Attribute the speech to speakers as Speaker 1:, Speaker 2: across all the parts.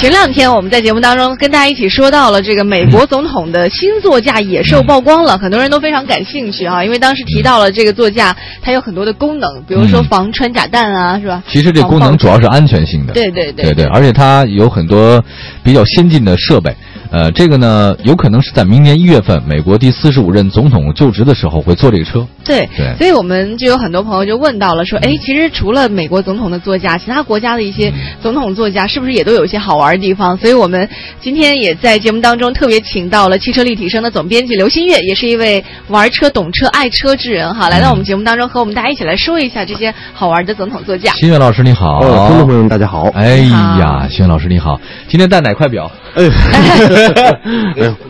Speaker 1: 前两天我们在节目当中跟大家一起说到了这个美国总统的新座驾野兽曝光了，很多人都非常感兴趣啊，因为当时提到了这个座驾，它有很多的功能，比如说
Speaker 2: 嗯
Speaker 1: 防穿甲弹啊，是吧？
Speaker 2: 其实这功能主要是安全性的，
Speaker 1: 对对对
Speaker 2: 对对，而且它有很多比较先进的设备。呃，这个呢，有可能是在明年一月份，美国第四十五任总统就职的时候会坐这个车。
Speaker 1: 对，
Speaker 2: 对嗯
Speaker 1: 所以我们就有很多朋友就问到了，说，哎，其实除了美国总统的座驾，其他国家的一些总统座驾是不是也都有一些好玩的地方？所以我们今天也在节目当中特别请到了汽车立体声的总编辑刘新月，也是一位玩车、懂车、爱车之人
Speaker 2: 嗯
Speaker 1: 哈，来到我们节目当中和我们大家一起来说一下这些好玩的总统座驾。
Speaker 2: 新月老师你好，
Speaker 3: 哦，听众朋友们，大家好。
Speaker 2: 哎
Speaker 1: 你
Speaker 2: 呀
Speaker 1: 好，
Speaker 2: 新月老师你好，今天戴哪块表？
Speaker 3: 哎，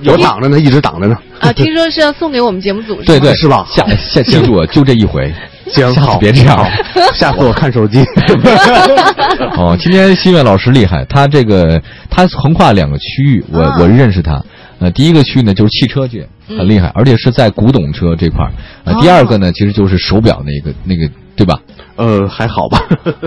Speaker 3: 我挡着哎呢，一直挡着呢。
Speaker 1: 啊，听说是要送给我们节目组，
Speaker 2: 对
Speaker 1: 是吗
Speaker 2: 对，
Speaker 3: 是吧
Speaker 2: 下下记住我，就这一回，
Speaker 3: 行，
Speaker 2: 下次
Speaker 3: 好，
Speaker 2: 别这样。
Speaker 3: 好 下次我看手 机。
Speaker 2: 哦，今天新月老师厉害，他这个他横跨两个区域，我、
Speaker 1: 啊
Speaker 2: 我认识他。呃，第一个区域呢就是汽车界很
Speaker 3: 嗯
Speaker 2: 厉害，而且是在古董车这块儿。呃，第二个呢其实就是手表那个那个，对吧？
Speaker 3: 呃，还好吧，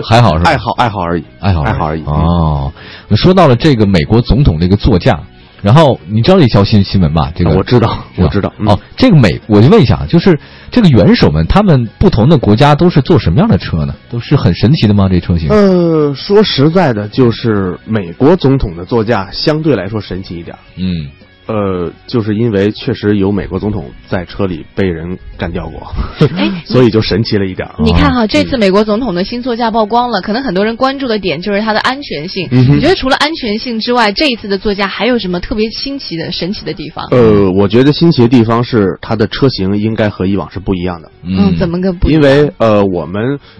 Speaker 2: 还好是吧
Speaker 3: 呃爱好爱好而已，
Speaker 2: 爱好
Speaker 3: 爱好而已。嗯
Speaker 2: 哦，说到了这个美国总统这个座驾，然后你知道这条新新闻吧？这个
Speaker 3: 啊我知道我知道嗯
Speaker 2: 哦，这个美，我就问一下，啊就是这个元首们，他们不同的国家都是坐什么样的车呢？都是很神奇的吗？这车型？
Speaker 3: 呃，说实在的，就是美国总统的座驾相对来说神奇一点儿。
Speaker 2: 嗯，
Speaker 3: 呃，就是因为确实有美国总统在车里被人干掉过， 所以就神奇了一点儿。啊
Speaker 1: 你看哈，这
Speaker 3: 嗯
Speaker 1: 次美国总统的新座驾曝光了，可能很多人关注的点就是它的安全性。
Speaker 3: 嗯哼
Speaker 1: 你觉得除了安全性之外，这一次的座驾还有什么特别新奇的、神奇的地方？
Speaker 3: 呃，我觉得新奇的地方是它的车型应该和以往是不一样的。
Speaker 1: 嗯，怎么个不一
Speaker 3: 因
Speaker 1: 样？
Speaker 3: 为呃，我们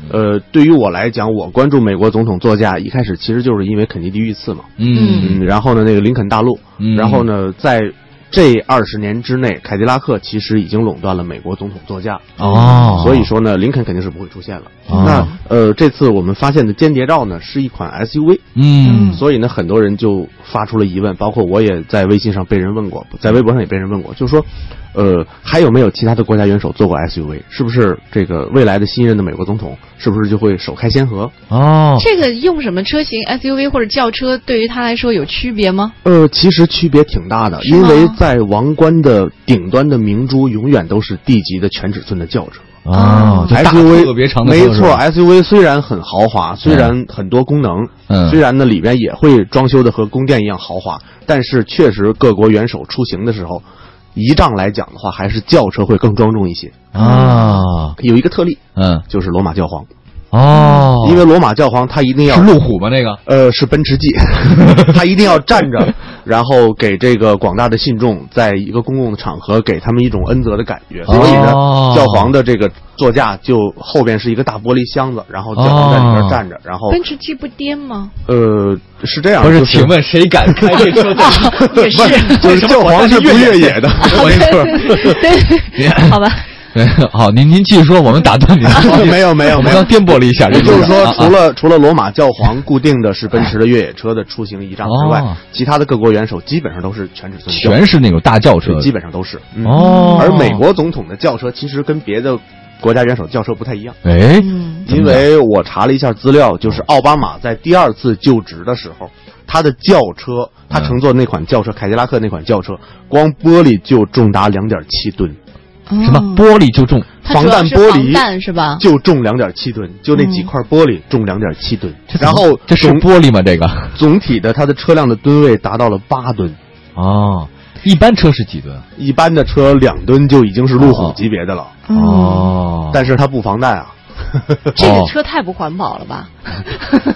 Speaker 3: 呃，对于我来讲，我关注美国总统座驾，一开始其实就是因为肯尼迪遇刺嘛，
Speaker 2: 嗯
Speaker 3: 嗯，然后呢，那个林肯大陆，
Speaker 2: 嗯
Speaker 3: 然后呢，在这二十年之内，凯迪拉克其实已经垄断了美国总统座驾，
Speaker 2: 哦，
Speaker 3: 所以说呢，林肯肯定是不会出现了。
Speaker 2: 哦
Speaker 3: 那呃，这次我们发现的间谍照呢，是一款 SUV，
Speaker 2: 嗯
Speaker 3: 所以呢，很多人就发出了疑问，包括我也在微信上被人问过，在微博上也被人问过，就说，呃，还有没有其他的国家元首做过 SUV？是不是这个未来的新任的美国总统是不是就会首开先河？
Speaker 2: 哦，
Speaker 1: 这个用什么车型 SUV 或者轿车，对于他来说有区别吗？
Speaker 3: 呃，其实区别挺大的，
Speaker 1: 是
Speaker 3: 因
Speaker 1: 吗
Speaker 3: 为在王冠的顶端的明珠永远都是 D 级的全尺寸的轿车。
Speaker 2: 哦，就大
Speaker 3: SUV
Speaker 2: 特别长的车
Speaker 3: 没
Speaker 2: 是吧
Speaker 3: 错，SUV 虽然很豪华，虽然很多功能，
Speaker 2: 嗯
Speaker 3: 虽然呢里面也会装修的和宫殿一样豪华，但是确实各国元首出行的时候，仪仗来讲的话，还是轿车会更庄重一些。
Speaker 2: 啊，
Speaker 3: 有一个特例
Speaker 2: 嗯，
Speaker 3: 就是罗马教皇，
Speaker 2: 哦，
Speaker 3: 因为罗马教皇他一定要
Speaker 2: 是路虎吗？那个？
Speaker 3: 呃，是奔 驰 G，他一定要站着，然后给这个广大的信众，在一个公共的场合，给他们一种恩泽的感觉。所以呢
Speaker 2: 哦，
Speaker 3: 教皇的这个座驾就后边是一个大玻璃箱子，然后教皇在里边站着，然后
Speaker 1: 奔驰 G 不颠 吗？
Speaker 3: 呃是这样，
Speaker 2: 哦不是，
Speaker 3: 就
Speaker 2: 请问谁敢开这车 在？
Speaker 1: 也是，
Speaker 3: 就是教 皇是不越 野的，
Speaker 2: 没错。
Speaker 1: 对，好吧。
Speaker 2: 对， 好，您您继续说，我们打 断您。
Speaker 3: 啊没有没有
Speaker 2: 我
Speaker 3: 没
Speaker 2: 们
Speaker 3: 有
Speaker 2: 刚颠簸了一下，
Speaker 3: 也就是说，
Speaker 2: 啊
Speaker 3: 除了除了罗马教皇固定的是奔驰的越野车的出行仪仗之
Speaker 2: 哦
Speaker 3: 外，其他的各国元首基本上都是全尺寸轿车，
Speaker 2: 全是那种大轿车
Speaker 3: 对，基本上都是。嗯
Speaker 2: 哦。
Speaker 3: 而美，国总统的轿车其实跟别的国家元首轿车不太一样，
Speaker 2: 哎，
Speaker 1: 嗯，
Speaker 2: 怎
Speaker 3: 因
Speaker 2: 么讲
Speaker 3: 为我查了一下资料，就是奥巴马在第二次就职的时候，他的轿车，他乘坐那款轿车，凯迪拉克那款轿车，光玻璃就重达两点七吨，
Speaker 1: 什
Speaker 2: 什么
Speaker 3: 嗯
Speaker 2: 玻璃就重，
Speaker 3: 防弹玻
Speaker 1: 防
Speaker 3: 璃
Speaker 1: 弹是吧？嗯
Speaker 3: 就重两点七吨，就那几块玻璃重两点七吨，然后
Speaker 2: 这是
Speaker 3: 总
Speaker 2: 玻璃吗？这个
Speaker 3: 总体的它的车辆的吨位达到了八吨。
Speaker 2: 哦，一般车是几吨？
Speaker 3: 一般的车两吨就已经是路虎
Speaker 1: 哦
Speaker 3: 级别的了，
Speaker 1: 嗯，
Speaker 2: 哦，
Speaker 3: 但是它不防弹啊。
Speaker 1: 这个车太不环保了吧？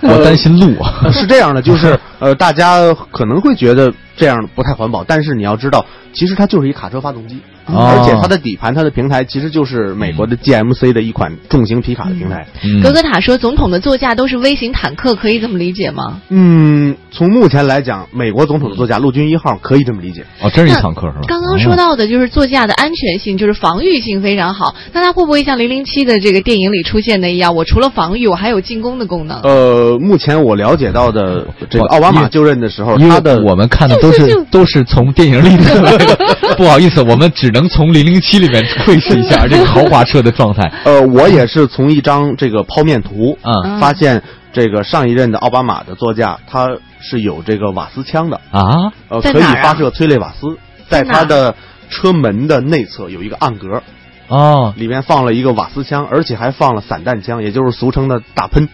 Speaker 2: 我担心路 啊。
Speaker 3: 是这样的，就是呃，大家可能会觉得这样不太环保，但是你要知道，其实它就是一卡车发动机，
Speaker 2: 哦
Speaker 3: 而且它的底盘、它的平台其实就是美国的 GMC 的一款重型皮卡的平台。
Speaker 2: 嗯
Speaker 1: 格格塔说，总统的座驾都是微型坦克，可以这么理解吗？
Speaker 3: 嗯，从目前来讲，美国总统的座驾陆军一号可以这么理解。
Speaker 2: 哦，真是一坦克是吧？哦
Speaker 1: 刚刚说到的就是座驾的安全性，就是防御性非常好。那它会不会像零零七的这个电影里出现的一样，我除了防御，我还有进攻的功
Speaker 2: 哦
Speaker 1: 能？
Speaker 3: 呃，目前我了解到的这个奥巴
Speaker 2: 因
Speaker 3: 马
Speaker 2: 为
Speaker 3: 就任的时候，
Speaker 2: 因为
Speaker 3: 他的
Speaker 2: 我们看的都
Speaker 1: 就是
Speaker 2: 都是从电影里的，不好意思，我们只能从零零七里面窥视一下这个豪华车的状态。
Speaker 3: 呃，我也是从一张这个剖面图
Speaker 2: 嗯
Speaker 3: 发现这个上一任的奥巴马的座驾，它是有这个瓦斯枪的，
Speaker 2: 啊，
Speaker 3: 呃，
Speaker 1: 在
Speaker 3: 可以
Speaker 1: 哪儿啊
Speaker 3: 发射催泪瓦斯，在
Speaker 1: 在哪儿
Speaker 3: 它的车门的内侧有一个暗格，
Speaker 2: 哦，
Speaker 3: 里面放了一个瓦斯枪，而且还放了散弹枪，也就是俗称的大喷。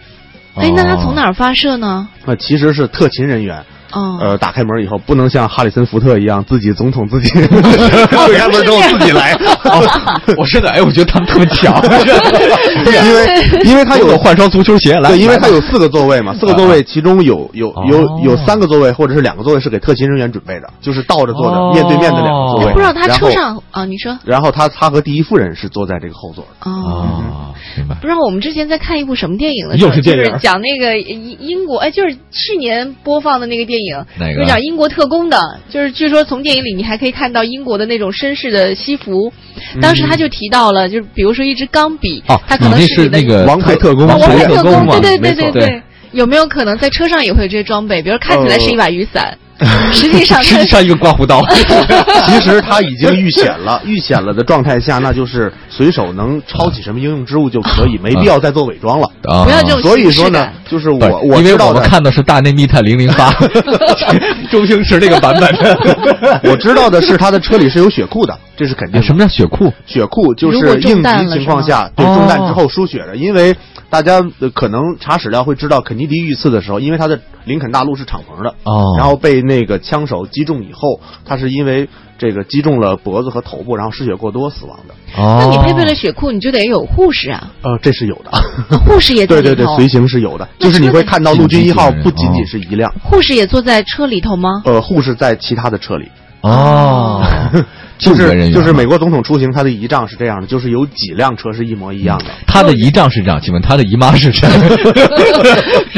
Speaker 1: 哎，那他从
Speaker 2: 儿？
Speaker 1: 哪儿发射呢？
Speaker 3: 那其实是特勤人员，
Speaker 1: 哦，
Speaker 3: 呃，打开门以后不能像哈里森福特一样自己总统自己 推开门之后自己来，
Speaker 2: 哦，我真的，哎，我觉得他们特别强，因为
Speaker 3: 因为他有
Speaker 2: 换双足球鞋来，
Speaker 3: 对，因为它有四个座位嘛，四个座位其中有有
Speaker 2: 哦
Speaker 3: 有有三个座位或者是两个座位是给特勤人员准备的，就是倒着坐
Speaker 2: 哦
Speaker 3: 的，面对面的两个座
Speaker 1: 哎
Speaker 3: 位。
Speaker 1: 不知道他
Speaker 3: 然后
Speaker 1: 车，上啊，你说
Speaker 3: 然后他他和第一夫人是坐在这个后座的。
Speaker 1: 哦。
Speaker 2: 哦，明白
Speaker 1: 不知道我们之前在看一部什么电影的时候，
Speaker 2: 又是电影
Speaker 1: 就是讲那个英英国，哎，就是去年播放的那个电影，
Speaker 2: 哪个
Speaker 1: 就是讲英国特工的，就是据说从电影里你还可以看到英国的那种绅士的西服。当时他就提到了，就是比如说一支钢笔，
Speaker 2: 嗯哦，
Speaker 1: 它可
Speaker 2: 你
Speaker 1: 能
Speaker 2: 那
Speaker 1: 你
Speaker 2: 是
Speaker 1: 的
Speaker 2: 那个
Speaker 3: 王牌特工
Speaker 2: 王
Speaker 1: 王
Speaker 3: 王
Speaker 2: 牌
Speaker 3: 牌
Speaker 1: 牌
Speaker 2: 特
Speaker 1: 特
Speaker 2: 工
Speaker 1: 工，
Speaker 2: 嘛
Speaker 1: 对，对
Speaker 3: 没
Speaker 1: 对
Speaker 3: 错
Speaker 1: 对
Speaker 2: 对
Speaker 1: 对。有没有可能在车上也会有这些装备？比如看起来是一把雨伞，实际 上
Speaker 2: 呃实
Speaker 1: 它
Speaker 2: 际上一个刮胡刀，
Speaker 3: 其实他已经遇险了，遇险了的状态下，那就是随手能抄起什么应用之物就可以，没必要再做伪装了。
Speaker 2: 不
Speaker 1: 不要这种
Speaker 3: 所以说
Speaker 1: 形式
Speaker 3: 呢
Speaker 1: 感，
Speaker 3: 就是
Speaker 2: 不是
Speaker 3: 我我
Speaker 2: 啊因为
Speaker 3: 知
Speaker 2: 我
Speaker 3: 道
Speaker 2: 们
Speaker 3: 的，
Speaker 2: 看的是《大内密探零零八》，周星驰那个版本。
Speaker 3: 我知道的是他的车里是有血库的，这是肯定
Speaker 2: 哎
Speaker 3: 的。
Speaker 2: 什么叫血库？
Speaker 3: 血库就
Speaker 1: 如果
Speaker 3: 是
Speaker 1: 中
Speaker 3: 应急
Speaker 1: 弹了
Speaker 3: 情况下对
Speaker 2: 是吗
Speaker 3: 中弹之后输血的，因为大家呃可能查史料会知道，肯尼迪遇刺的时候，因为他的林肯大陆是敞篷的，
Speaker 2: 哦
Speaker 3: 然后被那个枪手击中以后，他是因为这个击中了脖子和头部，然后失血过多死亡的。
Speaker 1: 那
Speaker 2: 哦，
Speaker 1: 你配备了血库，你就得有护士啊，
Speaker 3: 呃，这是有的，
Speaker 1: 护士也在
Speaker 3: 对
Speaker 1: 里头。
Speaker 3: 对对，随行是有的，
Speaker 1: 那
Speaker 3: 就是你会看到陆军一号
Speaker 2: 这个
Speaker 3: 不仅仅是一辆，
Speaker 1: 护士也坐在车里头 吗？
Speaker 3: 呃，护士在其他的车里。
Speaker 2: 哦，
Speaker 3: 就
Speaker 2: 救援人员
Speaker 3: 是就是美国总统出行，他的仪仗是这样的，就是有几辆车是一模一样的。
Speaker 2: 他的姨丈是这样，请问他的姨妈是谁？
Speaker 1: 不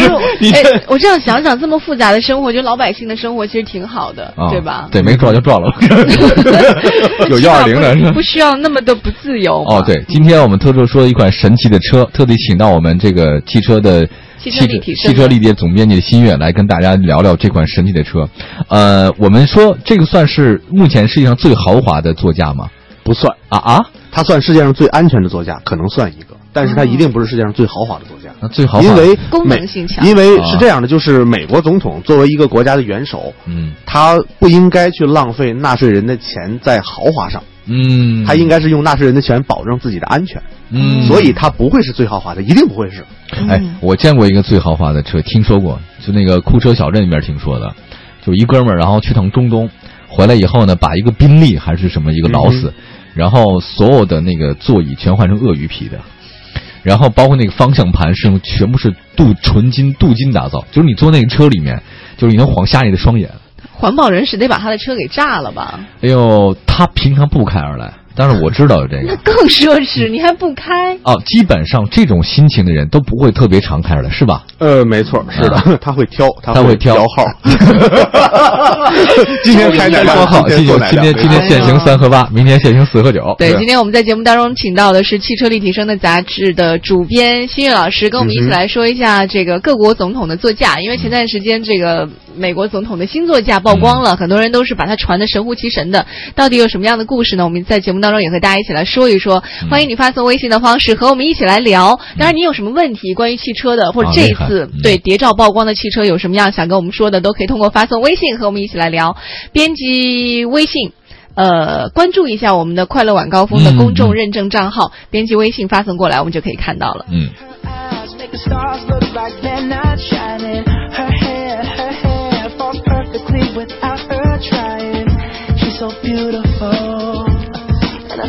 Speaker 1: 是，
Speaker 2: 你
Speaker 1: 哎，我这样想想，这么复杂的生活，觉得老百姓的生活其实挺好的，
Speaker 2: 啊
Speaker 1: 对吧？
Speaker 2: 对，没撞就撞了， 有
Speaker 1: 至
Speaker 2: 幺
Speaker 1: 少
Speaker 2: 二零的是吧
Speaker 1: 不不需要那么的不自由。
Speaker 2: 哦，，对，今天我们特殊说一款神奇的车，特地请到我们这个汽车的
Speaker 1: 汽车立体声
Speaker 2: 汽车立体总编辑新月来跟大家聊聊这款神奇的车。呃，我们说这个算是目前世界上最豪华的座驾吗？
Speaker 3: 不算，
Speaker 2: 啊啊，
Speaker 3: 它算世界上最安全的座驾，可能算一
Speaker 1: 嗯
Speaker 3: 个，但是它一定不是世界上最豪华的座驾，
Speaker 2: 那最豪华啊
Speaker 3: 因为美
Speaker 1: 功能性强
Speaker 3: 因为是这样的，就是美国总统作为一个国家的元首，
Speaker 2: 嗯
Speaker 3: 他不应该去浪费纳税人的钱在豪华上，
Speaker 2: 嗯，
Speaker 3: 他应该是用纳税人的钱保证自己的安全，
Speaker 2: 嗯，
Speaker 3: 所以它不会是最豪华的，一定不会是。
Speaker 2: 哎，我见过一个最豪华的车，听说过，就那个库车小镇里面听说的，就一哥们儿，然后去趟中东，回来以后呢，把一个宾利还是什么一个劳斯，然后所有的那个座椅全换成鳄鱼皮的，然后包括那个方向盘是用全部是镀纯金镀金打造，就是你坐那个车里面，就是你能晃瞎你的双眼。
Speaker 1: 环保人士得把他的车给炸了吧？
Speaker 2: 哎呦，他平常不开而来，但是我知道有这个
Speaker 1: 那。 更奢侈，你还不开？
Speaker 2: 哦，基本上这种心情的人都不会特别常开而来，是吧？
Speaker 3: 呃，没错，是的， 他会挑，他
Speaker 2: 嗯他会
Speaker 3: 会
Speaker 2: 挑
Speaker 3: 摇号。 今天开哪辆
Speaker 2: 说好，
Speaker 3: 今
Speaker 2: 今
Speaker 3: 天坐
Speaker 2: 天
Speaker 3: 哪
Speaker 2: 今天
Speaker 3: 辆
Speaker 2: 今天限行三和八，明天限行四和九。
Speaker 1: 对，今天我们在节目当中请到的是《汽车立体声》的杂志的主编新月老师，跟我们一起来说一下这个各国总统的座
Speaker 2: 嗯
Speaker 1: 驾。因为前段时间这个美国总统的新座驾曝光
Speaker 2: 嗯
Speaker 1: 了，很多人都是把它传的神乎其神的。到底有什么样的故事呢？我们在节目当中也和大家一起来说一说。
Speaker 2: 嗯
Speaker 1: 欢迎你发送微信的方式和我们一起来聊。当然，你有什么问题关于汽车的，或者
Speaker 2: 啊
Speaker 1: 这一
Speaker 2: 厉害
Speaker 1: 次
Speaker 2: 嗯
Speaker 1: 对谍照曝光的汽车有什么样想跟我们说的，都可以通过发送微信和我们一起来聊。编辑微信。呃，关注一下我们的“快乐晚高峰”的公众认证账号，编辑微信发送过来，我们就可以看到了。
Speaker 2: 嗯，
Speaker 4: Her eyes make the stars look like they're not shining. Her hair, her hair falls perfectly without her trying. She's so beautiful, and I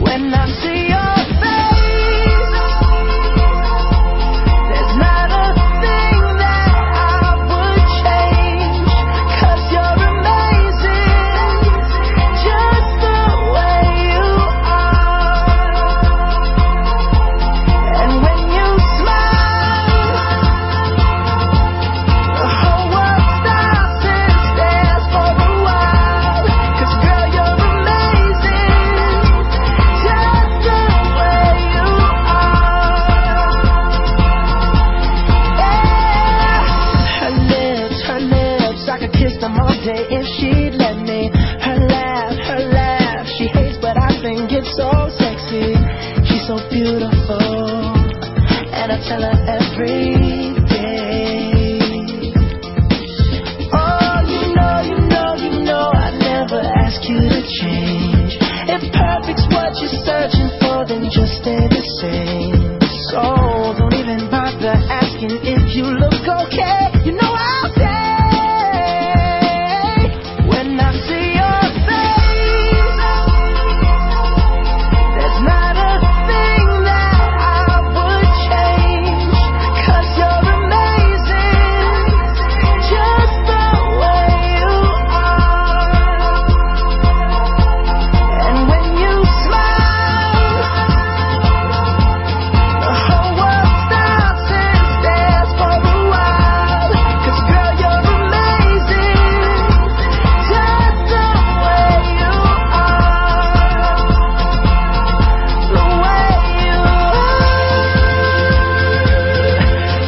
Speaker 4: When I see your face, there's not a thing that I would change. Cause you're amazing, just the way you are. And when you smile, the whole world stops its so beautiful, and I tell her every day. Oh, you know, you know, you know, I never ask you to change. If perfect's what you're searching for, then just stay the same. So don't even bother asking if you look okay. You know I'll say when I see your face. There's not a thing that I would change, cause you're amazing, just the way you are. And when you smile, the whole world stops and stares for a while, cause girl, you're amazing, just the way you are. The way you are,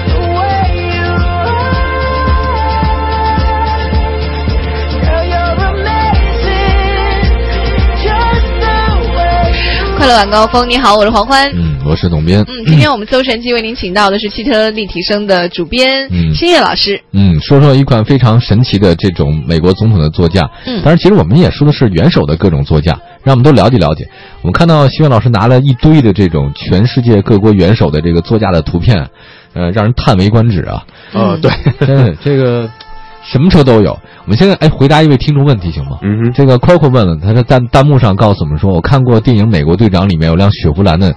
Speaker 4: the way you are, girl, you're amazing, just the way
Speaker 1: 快乐晚高峰，你好，我是黄欢。
Speaker 2: 嗯，我是董斌。
Speaker 1: 嗯，今天我们搜神记为您请到的是汽车立体声的主编、
Speaker 2: 嗯
Speaker 1: 新叶老师。
Speaker 2: 嗯，说说一款非常神奇的这种美国总统的座驾。
Speaker 1: 嗯
Speaker 2: 当然，其实我们也说的是元首的各种座驾，让我们都了解了解。我们看到希望老师拿了一堆的这种全世界各国元首的这个座驾的图片，呃，让人叹为观止啊！
Speaker 3: 呃，对，
Speaker 2: 真的，这个什么车都有。我们现在哎，回答一位听众问题行吗？
Speaker 3: 嗯哼，
Speaker 2: 这个 Coco 问了，他在弹弹幕上告诉我们说，我看过电影《美国队长》里面有辆雪佛兰的，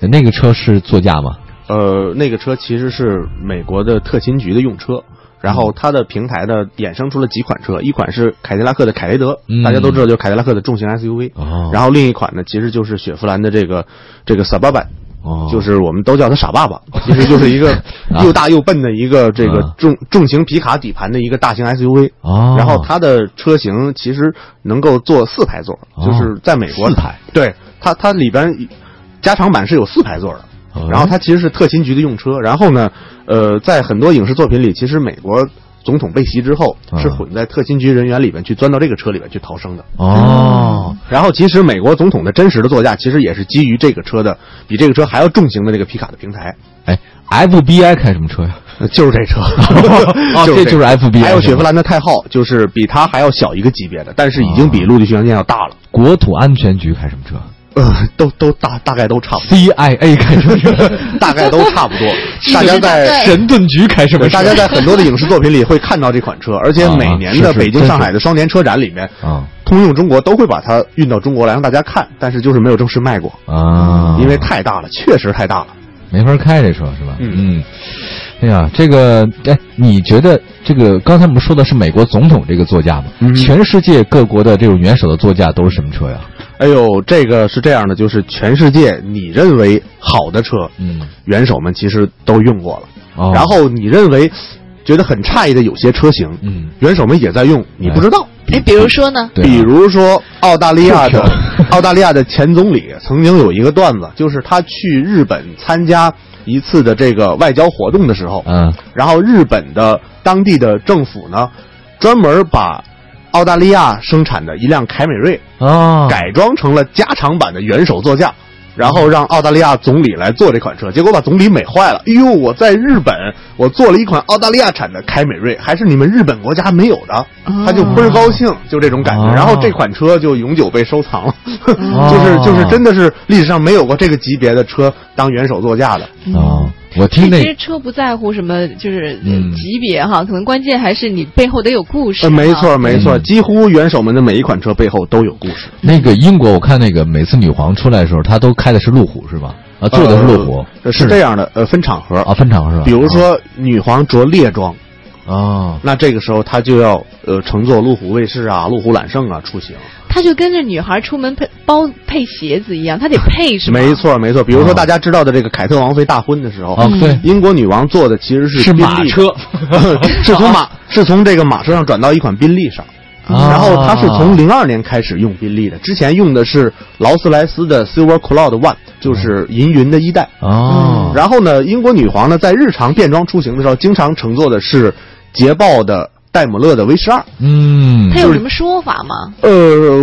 Speaker 2: 那个车是座驾吗？
Speaker 3: 呃，那个车其实是美国的特勤局的用车，然
Speaker 2: 嗯
Speaker 3: 后它的平台呢衍生出了几款车，一款是凯迪拉克的凯雷德，
Speaker 2: 嗯
Speaker 3: 大家都知道就是凯迪拉克的重型 SUV，
Speaker 2: 哦
Speaker 3: 然后另一款呢其实就是雪佛兰的这个这个 Suburban。
Speaker 2: 哦
Speaker 3: 就是我们都叫它傻爸爸，其实就是一个
Speaker 2: 啊
Speaker 3: 又大又笨的一个这
Speaker 2: 啊
Speaker 3: 个重重型皮卡底盘的一个大型 SUV。
Speaker 2: 哦
Speaker 3: 然后它的车型其实能够坐四排座，
Speaker 2: 哦
Speaker 3: 就是在美国
Speaker 2: 四排，
Speaker 3: 对它它里边加长版是有四排座的。
Speaker 2: 哦
Speaker 3: 然后它其实是特勤局的用车。然后呢，呃，在很多影视作品里，其实美国总统被袭之后
Speaker 2: 啊
Speaker 3: 是混在特勤局人员里边去钻到这个车里边去逃生的。
Speaker 2: 哦，
Speaker 3: 然后，其实美国总统的真实的座驾，其实也是基于这个车的比这个车还要重型的这个皮卡的平台，
Speaker 2: 哎，FBI 开什么车呀？
Speaker 3: 呃 就是这车，
Speaker 2: 哦
Speaker 3: 是
Speaker 2: 这就是 FBI
Speaker 3: 还有
Speaker 2: 是吗
Speaker 3: 雪佛兰的太昊，就是比它还要小一个级别的，但是已
Speaker 2: 哦
Speaker 3: 经比陆地巡洋舰要大了，
Speaker 2: 国土安全局开什么车
Speaker 3: 呃，都都大大概都差不多，
Speaker 2: ？CIA 开什么车？
Speaker 3: 大概都差不 多。 大家在
Speaker 2: 神盾局开什么
Speaker 3: 对
Speaker 2: 车？
Speaker 3: 大家在很多的影视作品里会看到这款车，而且
Speaker 2: 啊
Speaker 3: 每年
Speaker 2: 是
Speaker 3: 的
Speaker 2: 是
Speaker 3: 北京、
Speaker 2: 真
Speaker 3: 上
Speaker 2: 是
Speaker 3: 海的双年车展里面，
Speaker 2: 啊
Speaker 3: 通用中国都会把它运到中国来让大家看，但是就是没有正式卖过，
Speaker 2: 啊，
Speaker 3: 因为太大了，确实太大了。
Speaker 2: 没法开这车是吧？
Speaker 3: 嗯
Speaker 2: 嗯，哎呀，这个哎，你觉得这个刚才我们说的是美国总统这个座驾吗？
Speaker 3: 嗯
Speaker 2: 全世界各国的这种元首的座驾都是什么车呀？
Speaker 3: 哎呦，这个是这样的，就是全世界你认为好的车，
Speaker 2: 嗯，
Speaker 3: 元首们其实都用过了。
Speaker 2: 哦
Speaker 3: 嗯然后你认为觉得很诧异的有些车型，
Speaker 2: 嗯
Speaker 3: 元首们也在用，你不知道。
Speaker 1: 哎，比如说呢？
Speaker 2: 对啊
Speaker 3: 比如说澳大利亚的 澳大利亚的前总理曾经有一个段子，就是他去日本参加一次的这个外交活动的时候，
Speaker 2: 嗯
Speaker 3: 然后日本的当地的政府呢，专门把澳大利亚生产的一辆凯美瑞
Speaker 2: 哦，
Speaker 3: 改装成了加长版的元首座驾，然后让澳大利亚总理来坐这款车，结果把总理美坏了。哎呦，我在日本我做了一款澳大利亚产的凯美瑞，还是你们日本国家没有的，他就倍儿高兴，就这种感觉。
Speaker 2: 哦
Speaker 3: 然后这款车就永久被收藏了，
Speaker 1: 哦
Speaker 3: 就是就是真的是历史上没有过这个级别的车当元首座驾的。
Speaker 2: 哦，我听
Speaker 1: 哎其
Speaker 2: 那
Speaker 1: 实车不在乎什么，就是呃
Speaker 2: 嗯
Speaker 1: 级别哈，可能关键还是你背后得有故事。
Speaker 3: 呃，没错
Speaker 1: 哈，
Speaker 3: 没错，
Speaker 2: 嗯
Speaker 3: 几乎元首们的每一款车背后都有故事。
Speaker 2: 那个英国，我看那个每次女皇出来的时候，她都开的是路虎是吧？啊，坐的是路虎，
Speaker 3: 呃是这样的，呃，分场合
Speaker 2: 啊，分场是吧？
Speaker 3: 比如说女皇着猎装，
Speaker 2: 啊，
Speaker 3: 那这个时候他就要呃乘坐路虎卫士啊、路虎揽胜啊出行。
Speaker 1: 他就跟着女孩出门配包配鞋子一样，他得配是吗？
Speaker 3: 没，错没错，比如
Speaker 2: 哦
Speaker 3: 说大家知道的这个凯特王妃大婚的时候，
Speaker 2: 啊，啊对，
Speaker 3: 英国女王坐的其实是
Speaker 2: 是
Speaker 3: 宾
Speaker 2: 马
Speaker 3: 利
Speaker 2: 车，
Speaker 3: 是从马是从这个马车上转到一款宾利上。嗯
Speaker 2: 啊
Speaker 3: 然后它是从零二年开始用宾利的，之前用的是劳斯莱斯的 Silver Cloud One，就是银云的一代。嗯
Speaker 2: 哦，
Speaker 3: 然后呢，英国女皇呢在日常便装出行的时候，经常乘坐的是捷豹的。戴姆勒的 V 十二。
Speaker 2: 嗯，
Speaker 1: 它有什么说法吗？
Speaker 3: 呃，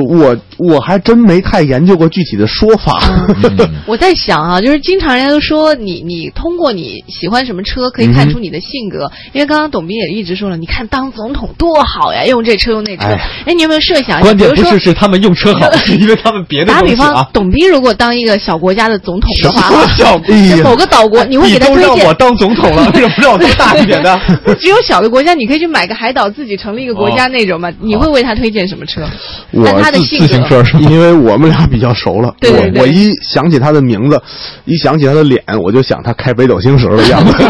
Speaker 3: 我我还真没太研究过具体的说法。
Speaker 2: 嗯
Speaker 1: 我在想啊，就是经常人家都说你你通过你喜欢什么车可以看出你的性
Speaker 2: 嗯
Speaker 1: 格，因为刚刚董斌也一直说了，你看当总统多好呀，用这车用那车。
Speaker 3: 哎
Speaker 1: 哎，你有没有设想？
Speaker 2: 关键
Speaker 1: 比
Speaker 2: 不
Speaker 1: 如
Speaker 2: 是
Speaker 1: 说
Speaker 2: 是他们用车好，是因为他们别的
Speaker 1: 打
Speaker 2: 东
Speaker 1: 比
Speaker 2: 西
Speaker 1: 方，
Speaker 2: 啊。
Speaker 1: 董斌如果当一个小国家的总统的话，
Speaker 2: 小
Speaker 3: 哎
Speaker 1: 就哎某个岛国，你会给他
Speaker 2: 都
Speaker 1: 推
Speaker 2: 让我
Speaker 1: 荐？
Speaker 2: 当总统 了，为什么让我当大一点的？
Speaker 1: 不只有小的国家，你可以去买个海岛，自己成立一个国家那种嘛。你会为他推荐什么车？
Speaker 3: 我
Speaker 1: 按他的
Speaker 2: 哦自
Speaker 1: 性
Speaker 2: 自行
Speaker 1: 格，
Speaker 2: 车是吗？
Speaker 3: 因为我们俩比较熟了，
Speaker 1: 对对对
Speaker 3: 我我一想起他的名字，一想起他的脸，我就想他开北斗星时候的 样子，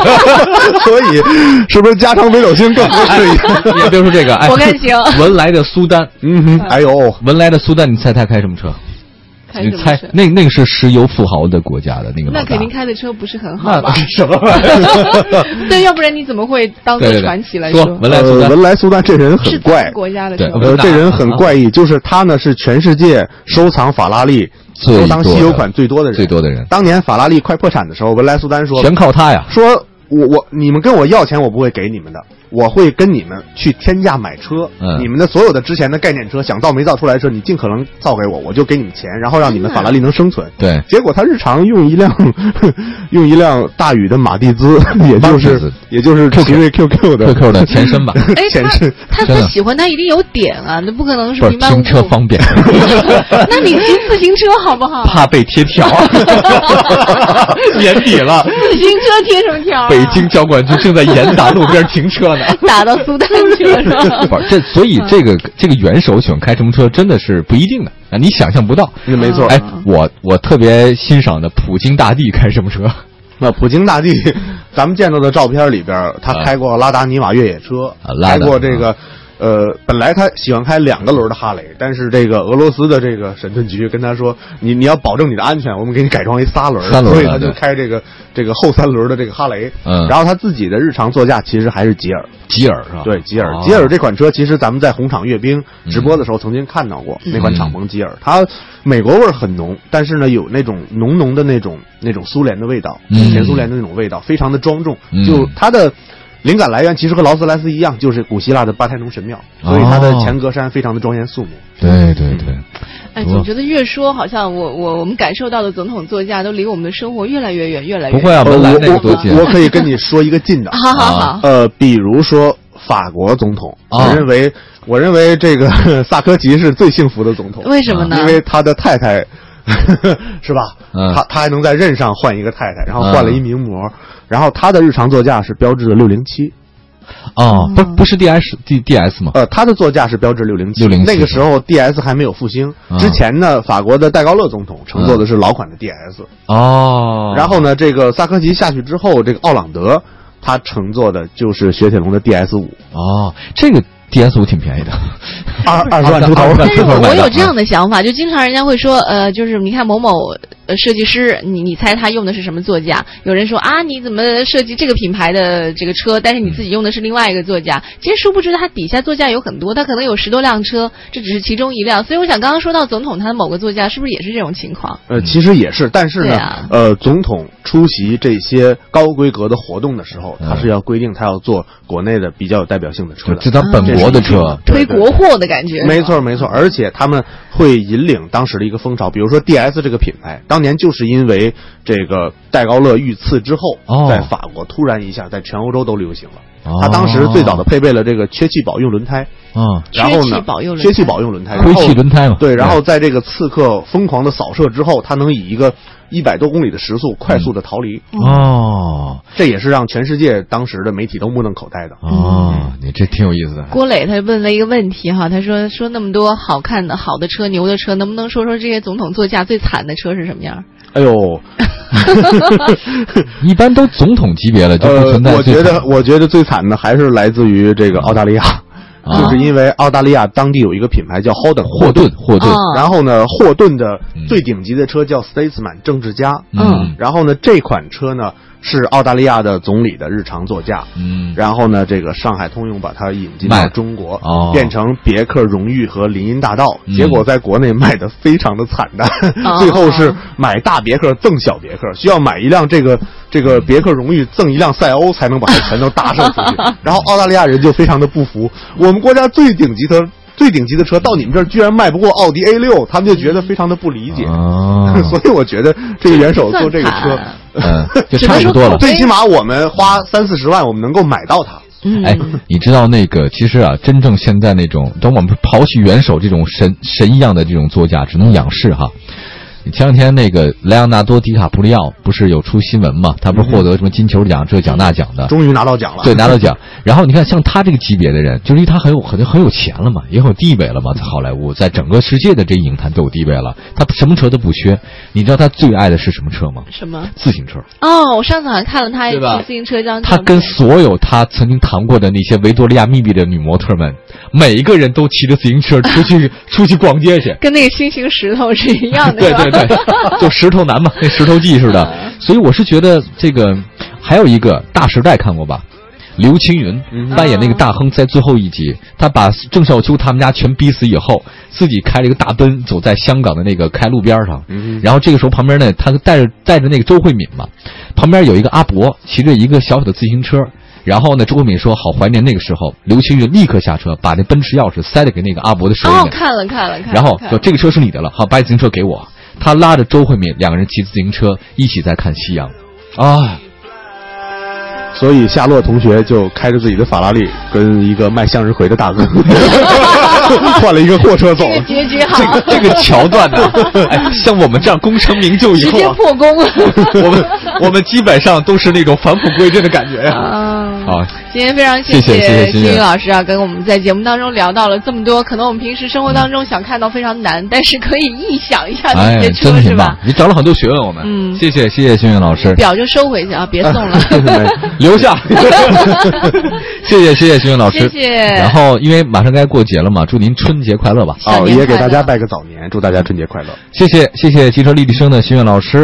Speaker 3: 所以是不是加长北斗星更合适 一点？
Speaker 2: 你别说这个，哎，
Speaker 1: 我看行
Speaker 2: 文莱的苏丹，
Speaker 3: 嗯哼，哎呦，
Speaker 2: 文莱的苏丹，你猜他开什么车？
Speaker 1: 开
Speaker 2: 你
Speaker 1: 什么
Speaker 2: 猜
Speaker 1: 车？
Speaker 2: 那那个是石油富豪的国家的那个老
Speaker 1: 那
Speaker 2: 大
Speaker 1: 肯定开的车不是很好啊
Speaker 2: 那
Speaker 1: 吧？
Speaker 2: 什么玩意 儿？
Speaker 1: 对，要不然你怎么会当做
Speaker 2: 对对对
Speaker 1: 传奇来
Speaker 2: 说
Speaker 1: 说？
Speaker 2: 文莱苏丹
Speaker 3: 呃文莱苏丹这人
Speaker 1: 是
Speaker 3: 很
Speaker 1: 咱
Speaker 3: 怪
Speaker 1: 们，国家的
Speaker 2: 对
Speaker 1: 车
Speaker 2: 不
Speaker 1: 吗，
Speaker 2: 是
Speaker 3: 呃，
Speaker 2: 那
Speaker 3: 这人很 怪异，就是他呢是全世界收藏法拉利、
Speaker 2: 最
Speaker 3: 收藏
Speaker 2: 多
Speaker 3: 稀
Speaker 2: 的
Speaker 3: 有款最多的人。
Speaker 2: 最多的人
Speaker 3: 当年法拉利快破产的时候，文莱苏丹说
Speaker 2: 全靠他呀！
Speaker 3: 说我我你们跟我要钱，我不会给你们的，我会跟你们去天价买车。
Speaker 2: 嗯
Speaker 3: 你们的所有的之前的概念车，想造没造出来的车，你尽可能造给我，我就给你们钱，然后让你们法拉利能生存。
Speaker 2: 对，
Speaker 3: 结果他日常用一辆 用一辆大宇的马蒂兹，也就
Speaker 2: 马蒂兹
Speaker 3: 是也就是奇瑞 QQ 的
Speaker 2: QQ 的前身吧
Speaker 1: 哎，
Speaker 3: 前
Speaker 1: 他
Speaker 3: 身。
Speaker 1: 他
Speaker 2: 真
Speaker 1: 他
Speaker 2: 的
Speaker 1: 喜欢他一定有点啊，那不可能是
Speaker 2: 不是
Speaker 1: 平白无
Speaker 2: 停车
Speaker 1: 故。
Speaker 2: 方便，
Speaker 1: 那你骑自行车好不好？
Speaker 2: 怕被贴条。年底了，
Speaker 1: 自行车贴什么条、啊？
Speaker 2: 北京交管局正在严打路边停车呢。
Speaker 1: 打到苏丹去了是吧？
Speaker 2: 不是这，所以这个这个元首喜欢开什么车，真的是不一定的啊，你想象不到。
Speaker 3: 那没错，
Speaker 2: 哎，我我特别欣赏的普京大帝开什么车？
Speaker 3: 那普 京大帝，咱们见到的照片里边，他开过拉达尼瓦越野车，
Speaker 2: 啊拉达
Speaker 3: 开过这个，呃，本来他喜欢开两个轮的哈雷，但是这个俄罗斯的这个审讯局跟他说，你你要保证你的安全，我们给你改装一仨轮的，
Speaker 2: 三轮的
Speaker 3: 所以他就
Speaker 2: 对
Speaker 3: 开这个这个后三轮的这个哈雷。
Speaker 2: 嗯
Speaker 3: 然后他自己的日常座驾其实还是吉尔，
Speaker 2: 吉尔是吧？
Speaker 3: 对吉尔，
Speaker 2: 哦嗯
Speaker 3: 吉尔这款车其实咱们在红场阅兵直播的时候曾经看到过、那款敞篷吉尔，它美国味儿很浓，但是呢有那种浓浓的那种那种苏联的味道，
Speaker 2: 嗯
Speaker 3: 前苏联的那种味道，非常的庄重。
Speaker 2: 嗯
Speaker 3: 就它的灵感来源其实和劳斯莱斯一样，就是古希腊的巴泰农神庙，所以它的
Speaker 2: 哦
Speaker 3: 前格栅非常的庄严肃穆。
Speaker 2: 对对对，
Speaker 1: 哎，总觉得越说好像我我我们感受到的总统座驾都离我们的生活越来越远，越来越远。
Speaker 2: 不会啊，
Speaker 3: 呃
Speaker 2: 文莱那个
Speaker 3: 我
Speaker 2: 多近啊
Speaker 3: 我我可以跟你说一个近的，
Speaker 1: 好好好，
Speaker 3: 呃，比如说法国总统，
Speaker 2: 啊
Speaker 3: 我认为我认为这个 萨科齐是最幸福的总统。
Speaker 1: 为什么呢？
Speaker 3: 因为他的太太 是吧？
Speaker 2: 嗯
Speaker 3: 他他还能在任上换一个太太，然后换了一名模，然后他的日常座驾是标致的六零七，
Speaker 2: 哦，不不是 D S D D S 吗？
Speaker 3: 呃，他的座驾是标致六零七。
Speaker 2: 607
Speaker 3: 那个时候 DS 还没有复兴，
Speaker 2: 嗯
Speaker 3: 之前呢，法国的戴高乐总统乘坐的是老款的 DS，、
Speaker 2: 哦，
Speaker 3: 然后呢，这个萨科齐下去之后，这个奥朗德他乘坐的就是雪铁龙的 DS 五，
Speaker 2: 哦，这个 D S 五挺便宜的，
Speaker 3: 二二十万出头
Speaker 2: 二十万
Speaker 1: 但
Speaker 2: 出
Speaker 1: 是
Speaker 2: 头
Speaker 1: 我
Speaker 2: 买
Speaker 1: 我
Speaker 2: 的
Speaker 3: 啊
Speaker 1: 有这样的想法，就经常人家会说，呃，就是你看某某呃设计师，你你猜他用的是什么座驾？有人说啊，你怎么设计这个品牌的这个车，但是你自己用的是另外一个座驾？其实殊不知他底下座驾有很多，他可能有十多辆车，这只是其中一辆。所以我想刚刚说到总统他的某个座驾，是不是也是这种情况？
Speaker 3: 呃，其实也是，但是
Speaker 1: 对
Speaker 3: 呢，
Speaker 1: 啊
Speaker 3: 呃，总统出席这些高规格的活动的时候，
Speaker 2: 嗯
Speaker 3: 他是要规定他要坐国内的比较有代表性的车
Speaker 2: 就就
Speaker 3: 的。
Speaker 2: 他本国的车，
Speaker 3: 对
Speaker 1: 推
Speaker 3: 对
Speaker 1: 国货的感觉，
Speaker 3: 没错，没错，而且他们会引领当时的一个风潮，比如说 DS 这个品牌，当年就是因为这个戴高乐遇刺之后，
Speaker 2: 哦
Speaker 3: 在法国突然一下在全欧洲都流行了。
Speaker 2: 哦
Speaker 3: 他当时最早的配备了这个缺气保用轮胎，
Speaker 2: 嗯，
Speaker 3: 然后
Speaker 1: 缺
Speaker 3: 呢
Speaker 1: 气保用轮，胎
Speaker 3: 缺气保用轮胎，然
Speaker 2: 灰
Speaker 3: 后
Speaker 2: 气轮胎 嘛，
Speaker 3: 对，然后在这个刺客疯狂的扫射之后，他能以一个一百多公里的时速快速的逃离，
Speaker 2: 哦
Speaker 3: 这也是让全世界当时的媒体都目瞪口呆的。
Speaker 2: 哦，你这挺有意思的，
Speaker 1: 郭磊他问了一个问题哈，他说说那么多好看的、好的车、牛的车，能不能说说这些总统座驾最惨的车是什么样？
Speaker 3: 哎呦，
Speaker 2: 一般都总统级别了，就不
Speaker 3: 呃
Speaker 2: 存，在
Speaker 3: 我
Speaker 2: 最
Speaker 3: 觉
Speaker 2: 惨的。
Speaker 3: 得我觉得最惨的还是来自于这个澳大利亚，
Speaker 2: 啊
Speaker 3: 就是因为澳大利亚当地有一个品牌叫 Holden
Speaker 2: 霍顿，霍顿，
Speaker 1: 啊
Speaker 3: 然后呢，霍顿的最顶级的车叫 Statesman 政治家，
Speaker 2: 嗯
Speaker 3: 然后呢，这款车呢是澳大利亚的总理的日常座驾，
Speaker 2: 嗯，
Speaker 3: 然后呢，这个上海通用把它引进
Speaker 2: 卖
Speaker 3: 到
Speaker 2: 了
Speaker 3: 中国，
Speaker 2: 哦
Speaker 3: 变成别克荣誉和林荫大道，
Speaker 2: 嗯
Speaker 3: 结果在国内卖的非常的惨淡，
Speaker 1: 哦
Speaker 3: 最后是买大别克赠小别克，需要买一辆这个这个别克荣誉赠一辆赛欧才能把这全都搭 售出去。然后澳大利亚人就非常的不服，我们国家最顶级的最顶级的车到你们这儿居然卖不过奥迪 A 六，他们就觉得非常的不理解。
Speaker 2: 啊，
Speaker 3: 所以我觉得这个元首做这个车，
Speaker 2: 嗯， 就
Speaker 1: 只
Speaker 2: 差
Speaker 1: 能
Speaker 2: 不
Speaker 1: 说
Speaker 2: 多了
Speaker 1: 口。碑
Speaker 3: 最起码我们花三四十万，我们能够买到它。
Speaker 1: 嗯，
Speaker 2: 哎，你知道那个？其实啊，真正现在那种，等我们刨去元首这种神神一样的这种座驾，只能仰视哈。前两天那个莱昂纳多·迪卡普里奥不是有出新闻嘛？他不
Speaker 3: 嗯
Speaker 2: 是获得什么金球奖、这奖那奖
Speaker 1: 啊
Speaker 2: 的，
Speaker 3: 终于拿到奖了，
Speaker 2: 对，拿到奖。然后你看，像他这个级别的人，就是因为他很有很很有钱了嘛，也很有地位了嘛，在好莱坞，在整个世界的这影坛都有地位了。他什么车都不缺，你知道他最爱的是什么车吗？
Speaker 1: 什么？
Speaker 2: 自行车。
Speaker 1: 哦，我上次好像看了他
Speaker 2: 对吧
Speaker 1: 骑自行车这张照
Speaker 2: 他
Speaker 1: 片，
Speaker 2: 跟所有他曾经谈过的那些维多利亚秘密的女模特们，每一个人都骑着自行车出去出去逛街去。
Speaker 1: 跟那个心形石头是一样的，
Speaker 2: 对
Speaker 1: 是吧
Speaker 2: 对对，就石头男嘛，那石头记似的。所以我是觉得这个还有一个《大时代》看过吧？刘青云扮演那个大亨，在最后一集，他把郑少秋他们家全逼死以后，自己开了一个大奔走在香港的那个开路边上。
Speaker 3: 嗯
Speaker 2: 然后这个时候旁边呢，他带着带着那个周慧敏嘛，旁边有一个阿伯骑着一个小小的自行车。然后呢，周慧敏说好怀念那个时候。刘青云立刻下车，把那奔驰钥匙塞了给那个阿伯的手里
Speaker 1: 哦
Speaker 2: 面，。
Speaker 1: 看了看了看了，
Speaker 2: 然后
Speaker 1: 看了
Speaker 2: 说这个车是你的了，好，把你自行车给我。他拉着周慧敏两个人骑自行车一起在看夕阳，啊，
Speaker 3: 所以夏洛同学就开着自己的法拉利，跟一个卖向日葵的 大哥 换了一个货车走
Speaker 1: 这个
Speaker 3: 了。
Speaker 1: 结局
Speaker 2: 这
Speaker 1: 好
Speaker 2: 个，这个桥段 呢，哎，像我们这样功成名就以
Speaker 1: 直
Speaker 2: 后
Speaker 1: 接
Speaker 2: 啊，
Speaker 1: 破功。
Speaker 2: 我们我们基本上都是那种返璞归真的感觉呀、
Speaker 1: 嗯，
Speaker 2: 啊。
Speaker 1: 今天非常
Speaker 2: 谢谢谢
Speaker 1: 谢
Speaker 2: 谢
Speaker 1: 金
Speaker 2: 谢
Speaker 1: 宇
Speaker 2: 谢
Speaker 1: 老师啊，跟我们在节目当中聊到了这么多，可能我们平时生活当中想看到非常难，但是可以臆想一下
Speaker 2: 哎
Speaker 1: 这些，
Speaker 2: 真
Speaker 1: 车
Speaker 2: 的
Speaker 1: 是
Speaker 2: 挺棒
Speaker 1: 吧？！
Speaker 2: 你长了很多学问，我们。
Speaker 1: 嗯
Speaker 2: 谢谢谢谢星云老师，
Speaker 1: 表就收回去啊，别送 了。
Speaker 2: 留下。谢谢谢谢星云老师，
Speaker 1: 谢谢
Speaker 2: 然后因为马上该过节了嘛，祝您春节快乐吧！
Speaker 1: 小
Speaker 3: 哦，
Speaker 1: 年
Speaker 3: 也给
Speaker 1: 快
Speaker 3: 大
Speaker 1: 乐
Speaker 3: 家拜个早年，祝大家春节快乐。
Speaker 2: 谢谢谢谢汽车立体声的心愿老师。